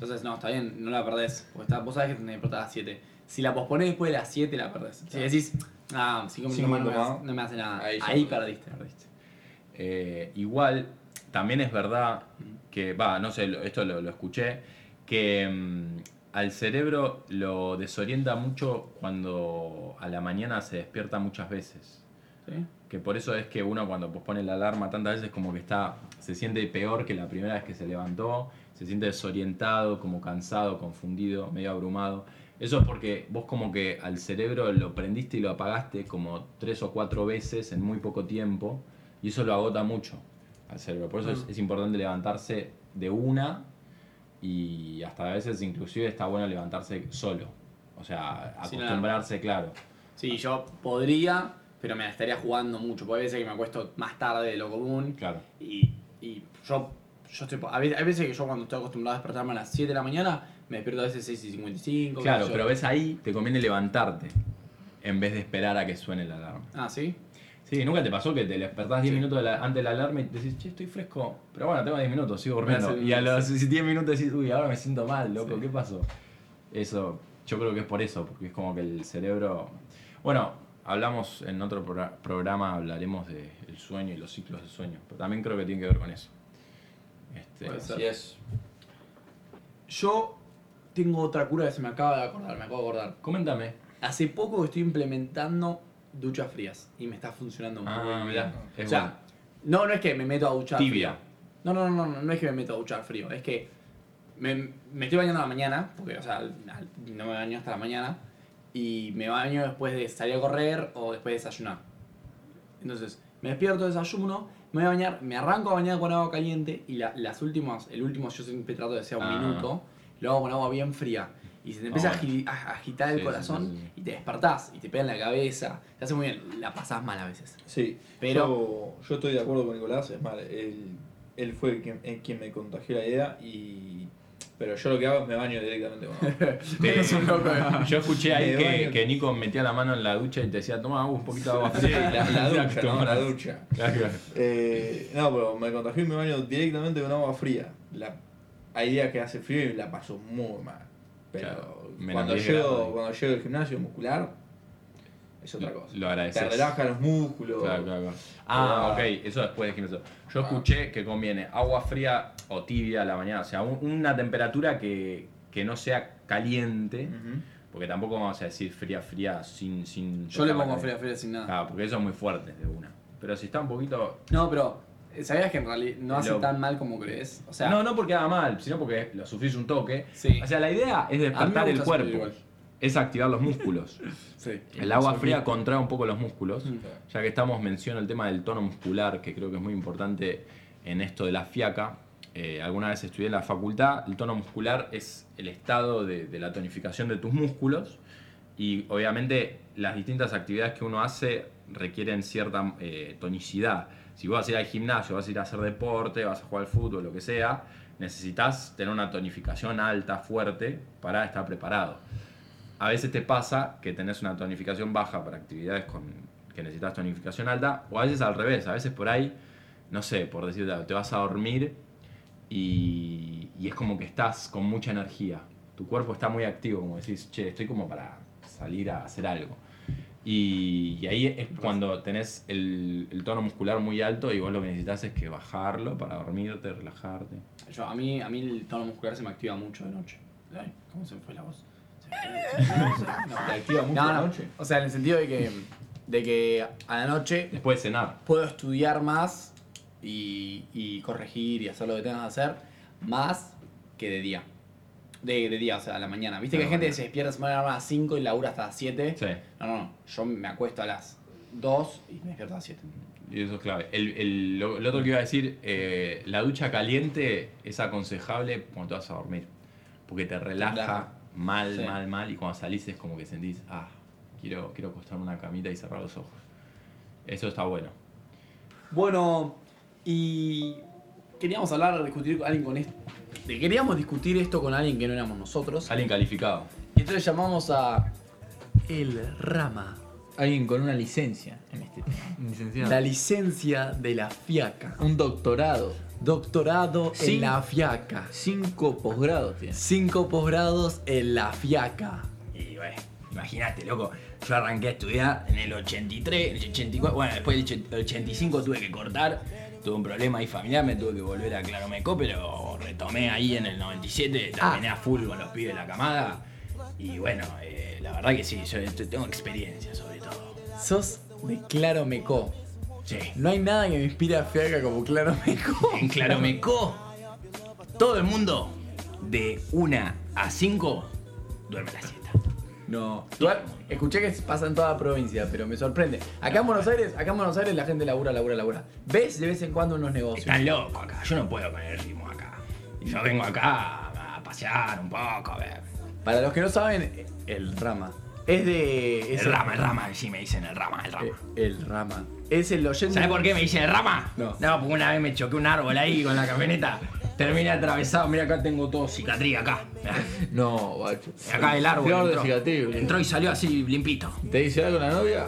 Speaker 2: Entonces, no, está bien, no la perdés. Porque está- vos sabés que tenés que despertar a las 7. Si la posponés después de las 7, la perdés. Si decís, ah, 5 minutos
Speaker 6: Cinco
Speaker 2: más no me,
Speaker 6: minutos
Speaker 2: hace,
Speaker 6: más.
Speaker 2: no me hace nada. Ahí,
Speaker 6: Ahí ya
Speaker 2: perdiste.
Speaker 1: Perdiste. Eh, igual, también es verdad que, va, no sé, lo- esto lo, lo escuché, que mm, al cerebro lo desorienta mucho cuando a la mañana se despierta muchas veces.
Speaker 2: ¿Sí?
Speaker 1: Que por eso es que uno cuando pospone la alarma tantas veces como que está, se siente peor que la primera vez que se levantó, se siente desorientado, como cansado, confundido, medio abrumado. Eso es porque vos como que al cerebro lo prendiste y lo apagaste como tres o cuatro veces en muy poco tiempo y eso lo agota mucho al cerebro. Por eso
Speaker 2: Mm.
Speaker 1: es, es importante levantarse de una y hasta a veces inclusive está bueno levantarse solo. O sea,
Speaker 2: Sin alarma.
Speaker 1: acostumbrarse, claro.
Speaker 2: Sí, yo podría, pero me la estaría jugando mucho. Porque hay veces que me acuesto más tarde de lo común.
Speaker 1: Claro.
Speaker 2: Y, y yo, yo estoy. Hay veces, hay veces que yo, cuando estoy acostumbrado a despertarme a las 7 de la mañana, me despierto a veces 6 y 55. qué
Speaker 1: Claro,
Speaker 2: sé yo.
Speaker 1: pero ves ahí, te conviene levantarte en vez de esperar a que suene la alarma.
Speaker 2: Ah, sí.
Speaker 1: Sí, nunca te pasó que te despertás 10 minutos de la- antes de la alarma y decís, che, estoy fresco, pero bueno, tengo 10 minutos, sigo durmiendo.
Speaker 2: hace-
Speaker 1: Y a los 10 minutos decís, uy, ahora me siento mal, loco, ¿qué pasó? Eso, yo creo que es por eso, porque es como que el cerebro. Bueno, hablamos en otro progra- programa, hablaremos del sueño y los ciclos del sueño, pero también creo que tiene que ver con eso. Este,
Speaker 6: Así es.
Speaker 2: Yo tengo otra cura que se me acaba de acordar, me acabo de acordar.
Speaker 1: Coméntame.
Speaker 2: Hace poco que estoy implementando duchas frías y me está funcionando muy
Speaker 1: Ah,
Speaker 2: bien.
Speaker 1: mirá, es
Speaker 2: o sea,
Speaker 1: bueno.
Speaker 2: no, no es que me meto a duchar
Speaker 1: Tibia.
Speaker 2: frío. No, no, no, no, no es que me meto a duchar frío, es que me, me estoy bañando a la mañana, porque, o sea, al- al- no me baño hasta la mañana, y me baño después de salir a correr o después de desayunar. Entonces, me despierto, desayuno, me voy a bañar, me arranco a bañar con agua caliente y la- las últimas, el último yo siempre trato de sea un
Speaker 1: Ah.
Speaker 2: minuto, lo hago con agua bien fría. Y se te empieza
Speaker 1: Ah,
Speaker 2: a agi- a, a agitar el
Speaker 1: Sí, sí,
Speaker 2: corazón
Speaker 1: sí, sí.
Speaker 2: y te despertás y te pega en la cabeza. Te hace muy bien, la pasás mal a veces.
Speaker 6: Sí,
Speaker 2: Pero-
Speaker 6: pero yo, yo estoy de acuerdo con Nicolás, es mal, él, él fue quien, eh, quien me contagió la idea y... Pero yo lo que hago es me baño directamente con agua.
Speaker 1: Te-
Speaker 2: (laughs) (laughs) Es un loco, ¿eh?
Speaker 1: yo escuché ahí
Speaker 6: Me
Speaker 1: que,
Speaker 6: baño.
Speaker 1: que Nico metía la mano en la ducha y te decía, toma agua, un poquito de agua
Speaker 6: Sí,
Speaker 1: fría. (laughs)
Speaker 6: la, la ducha,
Speaker 1: Te
Speaker 6: ¿no? La
Speaker 1: acostumbras.
Speaker 6: ducha.
Speaker 1: Claro, claro.
Speaker 6: Eh, no, pero me contagió y me baño directamente con agua fría. La, hay días que hace frío y la paso muy mal. Pero
Speaker 1: Claro, menos
Speaker 6: cuando,
Speaker 1: 10
Speaker 6: llego,
Speaker 1: grados.
Speaker 6: cuando llego al gimnasio muscular, es otra cosa.
Speaker 1: Lo
Speaker 6: Te
Speaker 1: agradeces.
Speaker 6: relaja los músculos.
Speaker 1: Claro, claro, claro. Ah,
Speaker 6: Ah.
Speaker 1: ok, eso después del gimnasio. Yo escuché que conviene agua fría o tibia a la mañana, o sea, un- una temperatura que, que no sea caliente,
Speaker 6: Ujú.
Speaker 1: Porque tampoco vamos a decir fría, fría sin. sin
Speaker 2: Yo le pongo
Speaker 1: tocarla.
Speaker 2: fría, fría sin nada.
Speaker 1: Claro, porque eso es muy fuerte de una. Pero si está un poquito.
Speaker 2: No, pero eh, ¿sabías que en realidad no hace
Speaker 1: Lo-
Speaker 2: tan mal como crees? O sea,
Speaker 1: no, no porque haga mal, sino porque lo sufrís un toque.
Speaker 2: Sí.
Speaker 1: O sea, la idea es
Speaker 2: A
Speaker 1: despertar
Speaker 2: mí me
Speaker 1: el
Speaker 2: gusta
Speaker 1: cuerpo.
Speaker 2: sufrir igual.
Speaker 1: Es activar los músculos.
Speaker 2: sí.
Speaker 1: El agua fría contrae un poco los músculos. Ya que estamos, menciono el tema del tono muscular, que creo que es muy importante en esto de la fiaca. Eh, alguna vez estudié en la facultad, el tono muscular es el estado de, de la tonificación de tus músculos y obviamente las distintas actividades que uno hace requieren cierta eh, tonicidad. Si vos vas a ir al gimnasio, vas a ir a hacer deporte, vas a jugar al fútbol, lo que sea, necesitas tener una tonificación alta, fuerte, para estar preparado. A veces te pasa que tenés una tonificación baja para actividades con, que necesitas tonificación alta, o a veces al revés, a veces por ahí, no sé, por decirte, algo, te vas a dormir y, y es como que estás con mucha energía. Tu cuerpo está muy activo, como decís, che, estoy como para salir a hacer algo. Y, y ahí es cuando tenés el, el tono muscular muy alto y vos lo que necesitas es que bajarlo para dormirte, relajarte.
Speaker 2: Yo, a, mí, a mí el tono muscular se me activa mucho de noche. Ay, ¿Cómo se me fue la voz? Se me fue la voz. No,
Speaker 6: Te activa mucho
Speaker 2: No,
Speaker 6: la
Speaker 2: no.
Speaker 6: noche.
Speaker 2: O sea, en el sentido de que, de que a la noche
Speaker 1: Después de cenar.
Speaker 2: puedo estudiar más y, y corregir y hacer lo que tengas que hacer, más que de día. De, de día, o sea, a la mañana. Viste
Speaker 1: A la
Speaker 2: que hay gente que
Speaker 1: mañana.
Speaker 2: se despierta, se pone la alarma a las 5 y labura hasta las 7.
Speaker 1: Sí.
Speaker 2: No, no, no. Yo me acuesto a las 2 y me despierto a las 7.
Speaker 1: Y eso es clave. El, el- lo, lo otro que iba a decir, eh, la ducha caliente es aconsejable cuando te vas a dormir. Porque te relaja
Speaker 2: Relaja.
Speaker 1: mal,
Speaker 2: Sí.
Speaker 1: mal, mal. Y cuando salís es como que sentís, ah, quiero, quiero acostarme en una camita y cerrar los ojos. Eso está bueno.
Speaker 2: Bueno, y queríamos hablar, discutir con alguien con esto. Queríamos discutir esto con alguien que no éramos nosotros.
Speaker 1: Alguien calificado.
Speaker 2: Y entonces llamamos a. El Rama.
Speaker 3: Alguien con una licencia en este (laughs) tema.
Speaker 4: Licenciado.
Speaker 2: La licencia de la FIACA.
Speaker 3: Un doctorado.
Speaker 2: Doctorado
Speaker 3: Sí.
Speaker 2: en la FIACA.
Speaker 3: Cinco posgrados tiene.
Speaker 2: Cinco posgrados en la FIACA.
Speaker 7: Y bueno, imagínate, loco. Yo arranqué a estudiar en el 83, en el 84, bueno, después del 85 tuve que cortar. Tuve un problema ahí familiar, me tuve que volver a Claromeco, pero retomé ahí en el 97, terminé
Speaker 3: Ah.
Speaker 7: a full con los pibes de la camada. Y bueno, eh, la verdad que sí, yo te- tengo experiencia sobre todo.
Speaker 2: Sos de Claro Mecó.
Speaker 7: Sí.
Speaker 2: No hay nada que me inspire a FIACA como Claro Mecó.
Speaker 7: En Claromeco, todo el mundo de 1 a 5 duerme la siesta.
Speaker 2: No. Igual, escuché que pasa en toda provincia, pero me sorprende. Acá en Buenos Aires, acá en Buenos Aires la gente labura, labura, labura. Ves de vez en cuando unos negocios.
Speaker 7: Están loco acá, yo no puedo con el ritmo acá. Yo vengo acá Ah, a pasear un poco, a ver.
Speaker 2: Para los que no saben, el Rama. Es de. es
Speaker 7: El rama, el rama, sí me dicen el rama, el rama.
Speaker 2: eh, El Rama. Es el oyente.
Speaker 7: ¿Sabes por qué me dicen el rama?
Speaker 2: No.
Speaker 7: porque una vez me choqué un árbol ahí con la camioneta. Terminé atravesado, mira acá tengo todo cicatriz acá. Mirá,
Speaker 3: No, bacho.
Speaker 7: Acá el árbol.
Speaker 3: Flor de
Speaker 7: entró.
Speaker 3: cicatriz.
Speaker 7: Entró y salió así limpito.
Speaker 3: ¿Te dice algo la novia?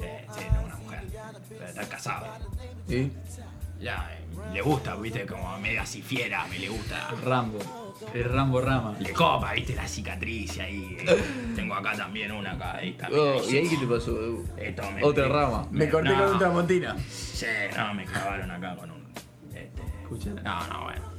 Speaker 7: Eh, sí, no, una mujer. Pero Está casado.
Speaker 3: ¿Sí?
Speaker 7: Ya, eh, le gusta, viste, como medio así fiera, me le gusta.
Speaker 4: Rambo. El Rambo Rama.
Speaker 7: Le copa, viste, la
Speaker 3: (laughs)
Speaker 7: cicatriz ahí. eh. Tengo acá también una acá, ahí también.
Speaker 3: Oh, ¿Y ahí qué te pasó?
Speaker 7: Esto me-
Speaker 3: Otra rama.
Speaker 2: uh, Me corté
Speaker 7: no,
Speaker 2: con un tramontina.
Speaker 7: Sí, no, me clavaron acá con un. Este, no, no, bueno.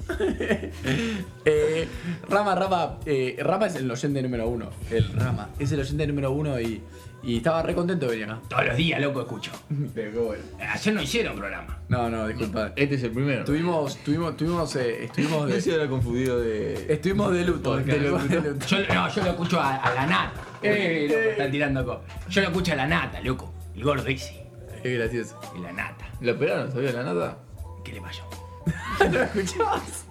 Speaker 2: Eh, Rama, Rama, eh, Rama es el oyente número uno. El Rama. Es el oyente número uno y, y estaba re contento de venir acá.
Speaker 7: Todos los días, loco, escucho.
Speaker 2: Pero qué bueno.
Speaker 7: Ayer no hicieron programa.
Speaker 2: No, no, disculpa.
Speaker 3: Este es el primero.
Speaker 2: Tuvimos, tuvimos, tuvimos, eh,
Speaker 4: (laughs)
Speaker 2: estuvimos
Speaker 3: No se
Speaker 2: de.
Speaker 3: habrá confundido de.
Speaker 2: Estuvimos de luto.
Speaker 3: Podcast.
Speaker 2: De luto, de luto.
Speaker 7: Yo, no, yo lo escucho a, a la nata. Eh, loco, están tirando co. Yo lo escucho a la nata, loco. El gordo ese.
Speaker 2: Qué gracioso.
Speaker 7: Y la nata.
Speaker 3: ¿La operaron? ¿Sabía la nada?
Speaker 7: ¿Qué le pasó?
Speaker 2: ¿No lo escuchabas?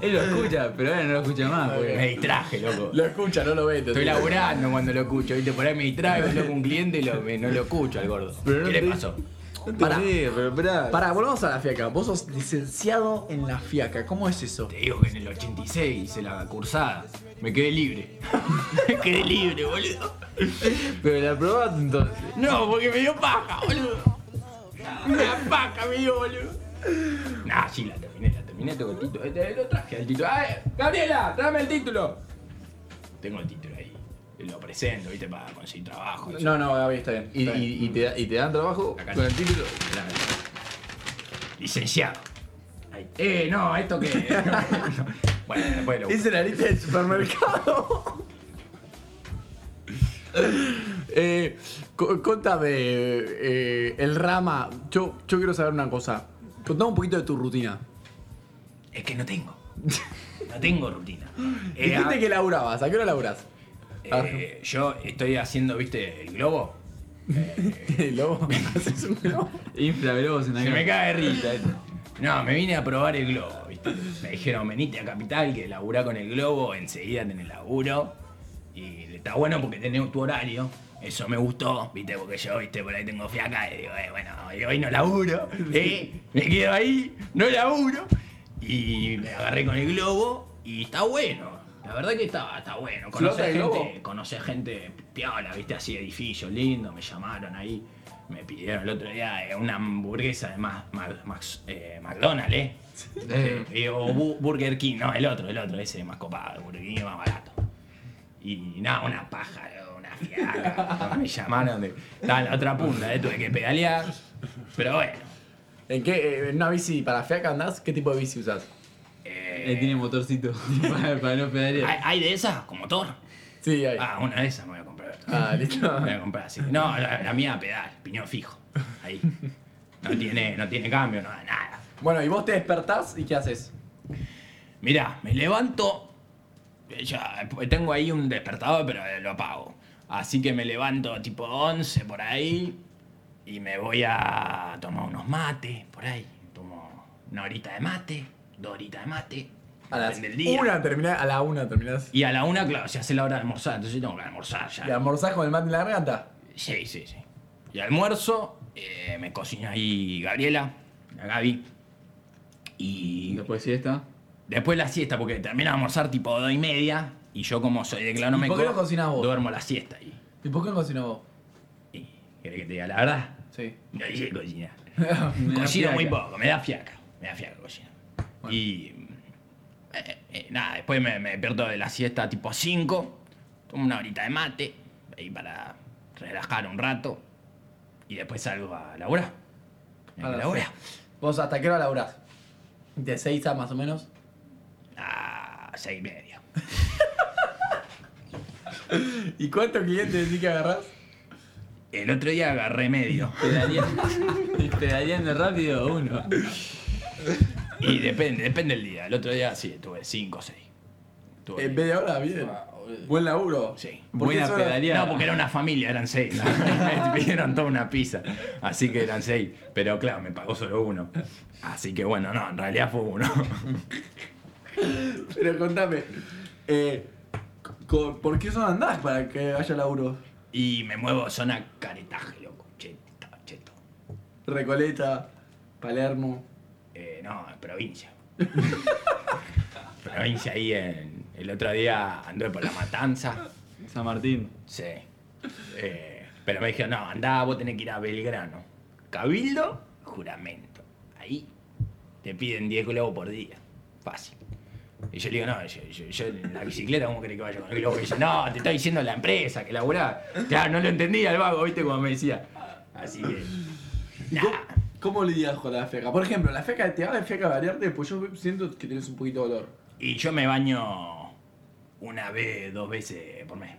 Speaker 4: Él lo escucha, pero ahora no lo escucha más. porque-
Speaker 7: Me distraje, loco.
Speaker 2: Lo escucha, no lo ve. te
Speaker 7: Estoy
Speaker 2: digo.
Speaker 7: laburando cuando lo escucho, viste, por ahí me distraigo, loco, un cliente y lo- me- no lo escucho al gordo.
Speaker 3: Pero no
Speaker 7: ¿Qué
Speaker 3: te-
Speaker 7: le pasó?
Speaker 3: No te
Speaker 2: Pará.
Speaker 3: ríes, pero esperá.
Speaker 2: Pará, volvamos a la fiaca. Vos sos licenciado en la fiaca. ¿Cómo es eso?
Speaker 7: Te digo que en el 86 hice la cursada. Me quedé libre. me quedé libre, boludo.
Speaker 3: Pero la probaste entonces.
Speaker 7: No, porque me dio paja, boludo. Una paja me dio, boludo. Nah, sí, la terminé, la terminé, tengo el título. Este, Lo traje al título. ¡Ay, Gabriela, tráeme el título! Tengo el título ahí. Lo presento, viste, para conseguir trabajo. y eso.
Speaker 2: No, no, Gaby, está bien.
Speaker 3: ¿Y,
Speaker 2: está bien.
Speaker 3: y- y te, da- y te dan trabajo
Speaker 7: Acá.
Speaker 3: con el título?
Speaker 7: Mirá, mirá. Licenciado. Ahí. Eh, no, esto que. bueno, bueno.
Speaker 2: Hice la lista del supermercado. Eh, co- contame, eh, el Rama. Yo, yo quiero saber una cosa. Contame un poquito de tu rutina.
Speaker 7: Es que no tengo. No tengo rutina. Eh,
Speaker 2: Dijiste que laburabas. ¿A qué hora
Speaker 7: (laughs)
Speaker 2: laburás?
Speaker 7: eh, yo estoy haciendo, ¿viste? El globo.
Speaker 2: ¿Tienes lobo? ¿Haces un lobo?
Speaker 4: Infla globos en la
Speaker 7: Se me cae
Speaker 4: cara.
Speaker 7: de risa. esto. No, me vine a probar el globo, ¿viste? Me dijeron, venite a Capital, que laburá con el globo, enseguida tenés laburo. Y está bueno porque tenés tu horario. Eso me gustó, ¿viste? Porque yo, ¿viste? Por ahí tengo fiaca y digo, eh, bueno, hoy- hoy
Speaker 3: (laughs)
Speaker 7: no laburo, ¿eh? Me quedo ahí, no laburo. Y me agarré con el globo y está bueno. La verdad que está, está bueno. Conocer
Speaker 3: ¿Flota el globo?
Speaker 7: gente, conocer gente piola, viste, así edificios lindos, me llamaron ahí. Me pidieron el otro día eh, una hamburguesa de Ma- Ma- Max- eh, McDonald's, ¿eh? Eh, o Bu- Burger King, no, el otro, el otro, ese más copado, Burger King es más barato. Y nada, una paja, una fiaca. me llamaron de. Estaba en la otra punta, eh, tuve que pedalear. Pero bueno.
Speaker 2: (laughs) ¿En qué? eh, ¿En una bici para fiaca andás? ¿Qué tipo de bici usás?
Speaker 7: eh,
Speaker 4: Ahí tiene motorcito (laughs) para, para no pedalear.
Speaker 7: ¿hay, hay de esas? ¿Con motor?
Speaker 2: Sí, ahí.
Speaker 7: Ah, una de esas me voy a comprar. (laughs)
Speaker 2: Ah, listo.
Speaker 7: Me voy a comprar así. No, la, la mía pedal, piñón fijo. Ahí. No tiene, no tiene cambio, no, nada.
Speaker 2: Bueno, y vos te despertás y ¿qué haces?
Speaker 7: Mirá, me levanto. eh, Ya, eh, tengo ahí un despertador, pero eh, lo apago. Así que me levanto tipo 11 por ahí. Y me voy a tomar unos mates por ahí. Tomo una horita de mate, dos horitas de mate.
Speaker 2: A las
Speaker 7: depende del día.
Speaker 2: una terminás, a la una terminás.
Speaker 7: Y a la una, claro, se hace la hora de almorzar. Entonces yo tengo que almorzar ya.
Speaker 2: ¿Y almorzás con el mate en la garganta?
Speaker 7: Sí, sí, sí. Y almuerzo, eh, me cocina ahí Gabriela, la Gaby. Y
Speaker 4: Después siesta.
Speaker 7: después la siesta, porque termina de almorzar tipo dos y media. Y yo, como soy de claro,
Speaker 2: ¿Y
Speaker 7: me
Speaker 2: por qué no cocinás vos?
Speaker 7: duermo la siesta ahí.
Speaker 2: ¿Y por qué no cocinás vos?
Speaker 7: Y, ¿Querés que te diga la verdad?
Speaker 2: Sí.
Speaker 7: No hice cocinar.
Speaker 4: Me da
Speaker 7: Mm, Cocino
Speaker 4: fiaca.
Speaker 7: muy poco, me da fiaca. Me da fiaca cocinar. Y. eh, eh, nada, después me, me despierto de la siesta tipo 5. Tomo una horita de mate. Ahí para relajar un rato. Y después salgo a laburar.
Speaker 2: A
Speaker 7: A
Speaker 2: las
Speaker 7: laburar.
Speaker 2: ¿Vos hasta qué hora laburás? ¿De seis a más o menos?
Speaker 7: A Ah, seis y media.
Speaker 2: (laughs) ¿Y cuántos clientes decís que agarrás?
Speaker 7: El otro día agarré medio.
Speaker 4: Pedaleando, (laughs) pedaleando rápido uno.
Speaker 7: Y depende, depende del día. El otro día sí, tuve 5 o 6. Tuve.
Speaker 2: En media hora, bien. Buen laburo.
Speaker 7: Sí.
Speaker 2: Eh, ¿Por qué
Speaker 4: Buena
Speaker 2: solo-
Speaker 4: pedaleada.
Speaker 7: No, porque era una familia, eran
Speaker 2: (laughs)
Speaker 7: seis. (laughs) me pidieron toda una pizza. Así que eran seis. Pero claro, me pagó solo uno. Así que bueno, no, en realidad fue uno. (laughs)
Speaker 2: Pero contame, eh, co- ¿por qué son andás para que haya laburo?
Speaker 7: Y me muevo zona caretaje, loco. Cheto, cheto.
Speaker 2: Recoleta, Palermo.
Speaker 7: Eh, no, en provincia. (laughs) provincia ahí en. El otro día anduve por la matanza.
Speaker 4: San Martín.
Speaker 7: Sí. Eh, pero me dijeron, no, andá, vos tenés que ir a Belgrano. Cabildo, juramento. Ahí te piden 10 globos por día. Fácil. Y yo le digo, no, yo, yo- yo en la bicicleta, ¿cómo crees que vaya con el globo? Y dice, no, te está diciendo la empresa que laburá. Claro, no lo entendía el vago, ¿viste? Como me decía. Así que.
Speaker 2: ¿Y cómo, cómo lidias con la feca? Por ejemplo, la feca te va de feca a variarte, pues yo siento que tienes un poquito de dolor.
Speaker 7: Y yo me baño una vez, dos veces
Speaker 3: (laughs)
Speaker 7: por mes.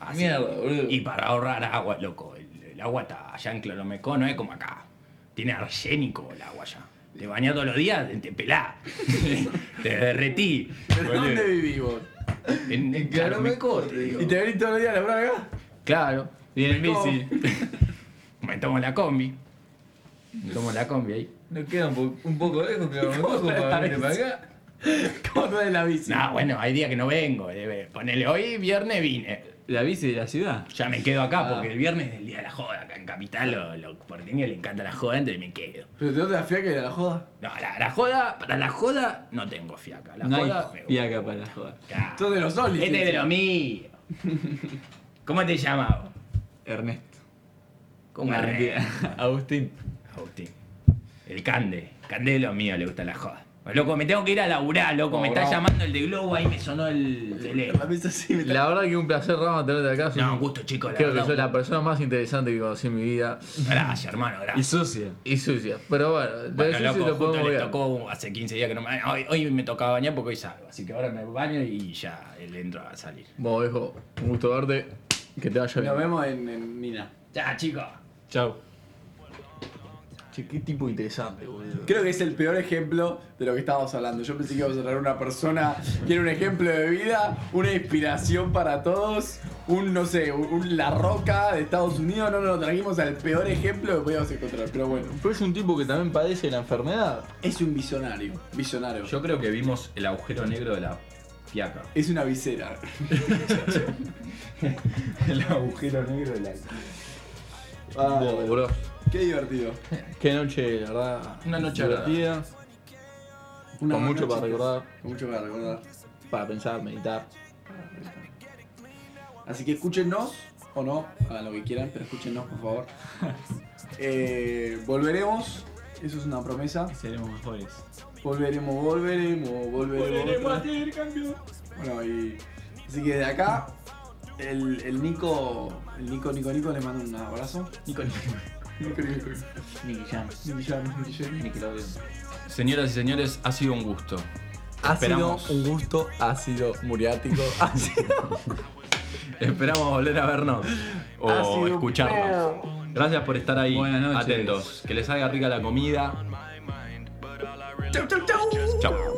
Speaker 7: Así.
Speaker 3: Mierda, boludo.
Speaker 7: Y para ahorrar agua, loco. El, el agua está allá en Cloromecó, no es como acá. Tiene arsénico el agua allá. Te bañás todos los días, te- te pelás. (laughs) te derretí.
Speaker 2: ¿Pero
Speaker 7: boludo.
Speaker 2: dónde vivís vos?
Speaker 7: En, en Cloromecó, te digo.
Speaker 2: ¿Y te venís todos los días a laburar acá?
Speaker 7: Claro.
Speaker 4: Viene en bici.
Speaker 7: (laughs) Me tomo la combi. Me tomo la combi ahí.
Speaker 3: Nos queda un, po- un poco lejos, claro, un poco
Speaker 2: la
Speaker 3: para venir para
Speaker 2: ves?
Speaker 3: acá.
Speaker 2: ¿Cómo traes la bici?
Speaker 7: No, bueno, hay días que no vengo. eh, Ponele, hoy viernes vine.
Speaker 4: La bici de la ciudad.
Speaker 7: Ya me quedo acá
Speaker 4: Ah.
Speaker 7: porque el viernes es el día de la joda. Acá en Capital, lo, lo porteño le encanta la joda, entonces me quedo.
Speaker 2: ¿Pero te das la feca y la joda?
Speaker 7: No, la, la joda, para la joda no tengo fiaca. La
Speaker 4: no
Speaker 7: joda
Speaker 4: hay fiaca para la joda.
Speaker 7: Claro.
Speaker 2: Sos de los solis.
Speaker 7: Este es de lo mío. ¿Cómo te llamas? vos?
Speaker 4: Ernesto.
Speaker 3: (laughs)
Speaker 7: ¿Cómo
Speaker 4: Agustín.
Speaker 7: Agustín. El Cande. Cande de lo mío, le gusta la joda. Loco, me tengo que ir a laburar, loco. me está llamando el de Globo, ahí me sonó el teléfono.
Speaker 3: La verdad que un placer, Rama, tenerte acá. Soy-
Speaker 7: No, un gusto, chicos. la
Speaker 3: Creo que
Speaker 7: verdad.
Speaker 3: soy la persona más interesante que conocí en mi vida.
Speaker 7: Gracias, hermano,
Speaker 4: Y
Speaker 7: gracias.
Speaker 4: sucia.
Speaker 3: Y sucia. Pero bueno, de
Speaker 7: Bueno,
Speaker 3: sucio
Speaker 7: loco,
Speaker 3: lo podemos
Speaker 7: justo le
Speaker 3: ver.
Speaker 7: tocó hace 15 días que no me baño. Hoy, hoy me tocaba bañar porque hoy salgo. Así que ahora me baño y ya le entro a salir.
Speaker 3: Bueno, viejo, un gusto verte. Que te vaya bien.
Speaker 2: Nos vemos en, en Mina.
Speaker 7: Ya, chicos.
Speaker 4: Chau.
Speaker 3: Che, qué tipo interesante, boludo.
Speaker 2: Creo que es el peor ejemplo de lo que estábamos hablando. Yo pensé que íbamos a traer una persona que era un ejemplo de vida, una inspiración para todos, un, no sé, un, un La Roca de Estados Unidos. No, no, trajimos al peor ejemplo que podíamos encontrar. Pero bueno,
Speaker 3: Pero es un tipo que también padece la enfermedad.
Speaker 2: es un visionario. Visionario.
Speaker 1: Yo creo que vimos el agujero negro de la fiaca.
Speaker 2: Es una visera.
Speaker 1: (laughs) el agujero negro de la.
Speaker 2: Ah,
Speaker 3: Bueno, boludo.
Speaker 2: qué divertido.
Speaker 3: Qué noche, la verdad.
Speaker 1: Una noche
Speaker 3: divertida.
Speaker 2: Una
Speaker 3: con mucho
Speaker 2: noche.
Speaker 3: para recordar,
Speaker 2: Con mucho para recordar.
Speaker 3: para pensar, meditar.
Speaker 2: Así que escúchenos o no, hagan lo que quieran, pero escúchenos por favor. Eh, volveremos, eso es una promesa.
Speaker 4: Seremos mejores.
Speaker 2: Volveremos, volveremos, volveremos. Volveremos a tener cambio. Bueno, y. Así que de acá, el, el Nico. El Nico, Nico, Nico le mando un abrazo. Nico, Nico. Nico, Nico.
Speaker 3: Nicky Jam.
Speaker 2: Nicky Jam, Nicky Jam.
Speaker 1: Señoras y señores, ha sido un gusto.
Speaker 2: Ha sido
Speaker 1: Esperamos.
Speaker 2: un gusto, ha sido muriático,
Speaker 1: (laughs)
Speaker 2: ha sido.
Speaker 1: Esperamos volver a vernos
Speaker 2: Ha sido
Speaker 1: o
Speaker 2: un
Speaker 1: escucharnos. Gracias por estar ahí.
Speaker 4: Buenas noches.
Speaker 1: Atentos. Que les salga rica la comida.
Speaker 2: Chau, chau, chau.
Speaker 1: Chao.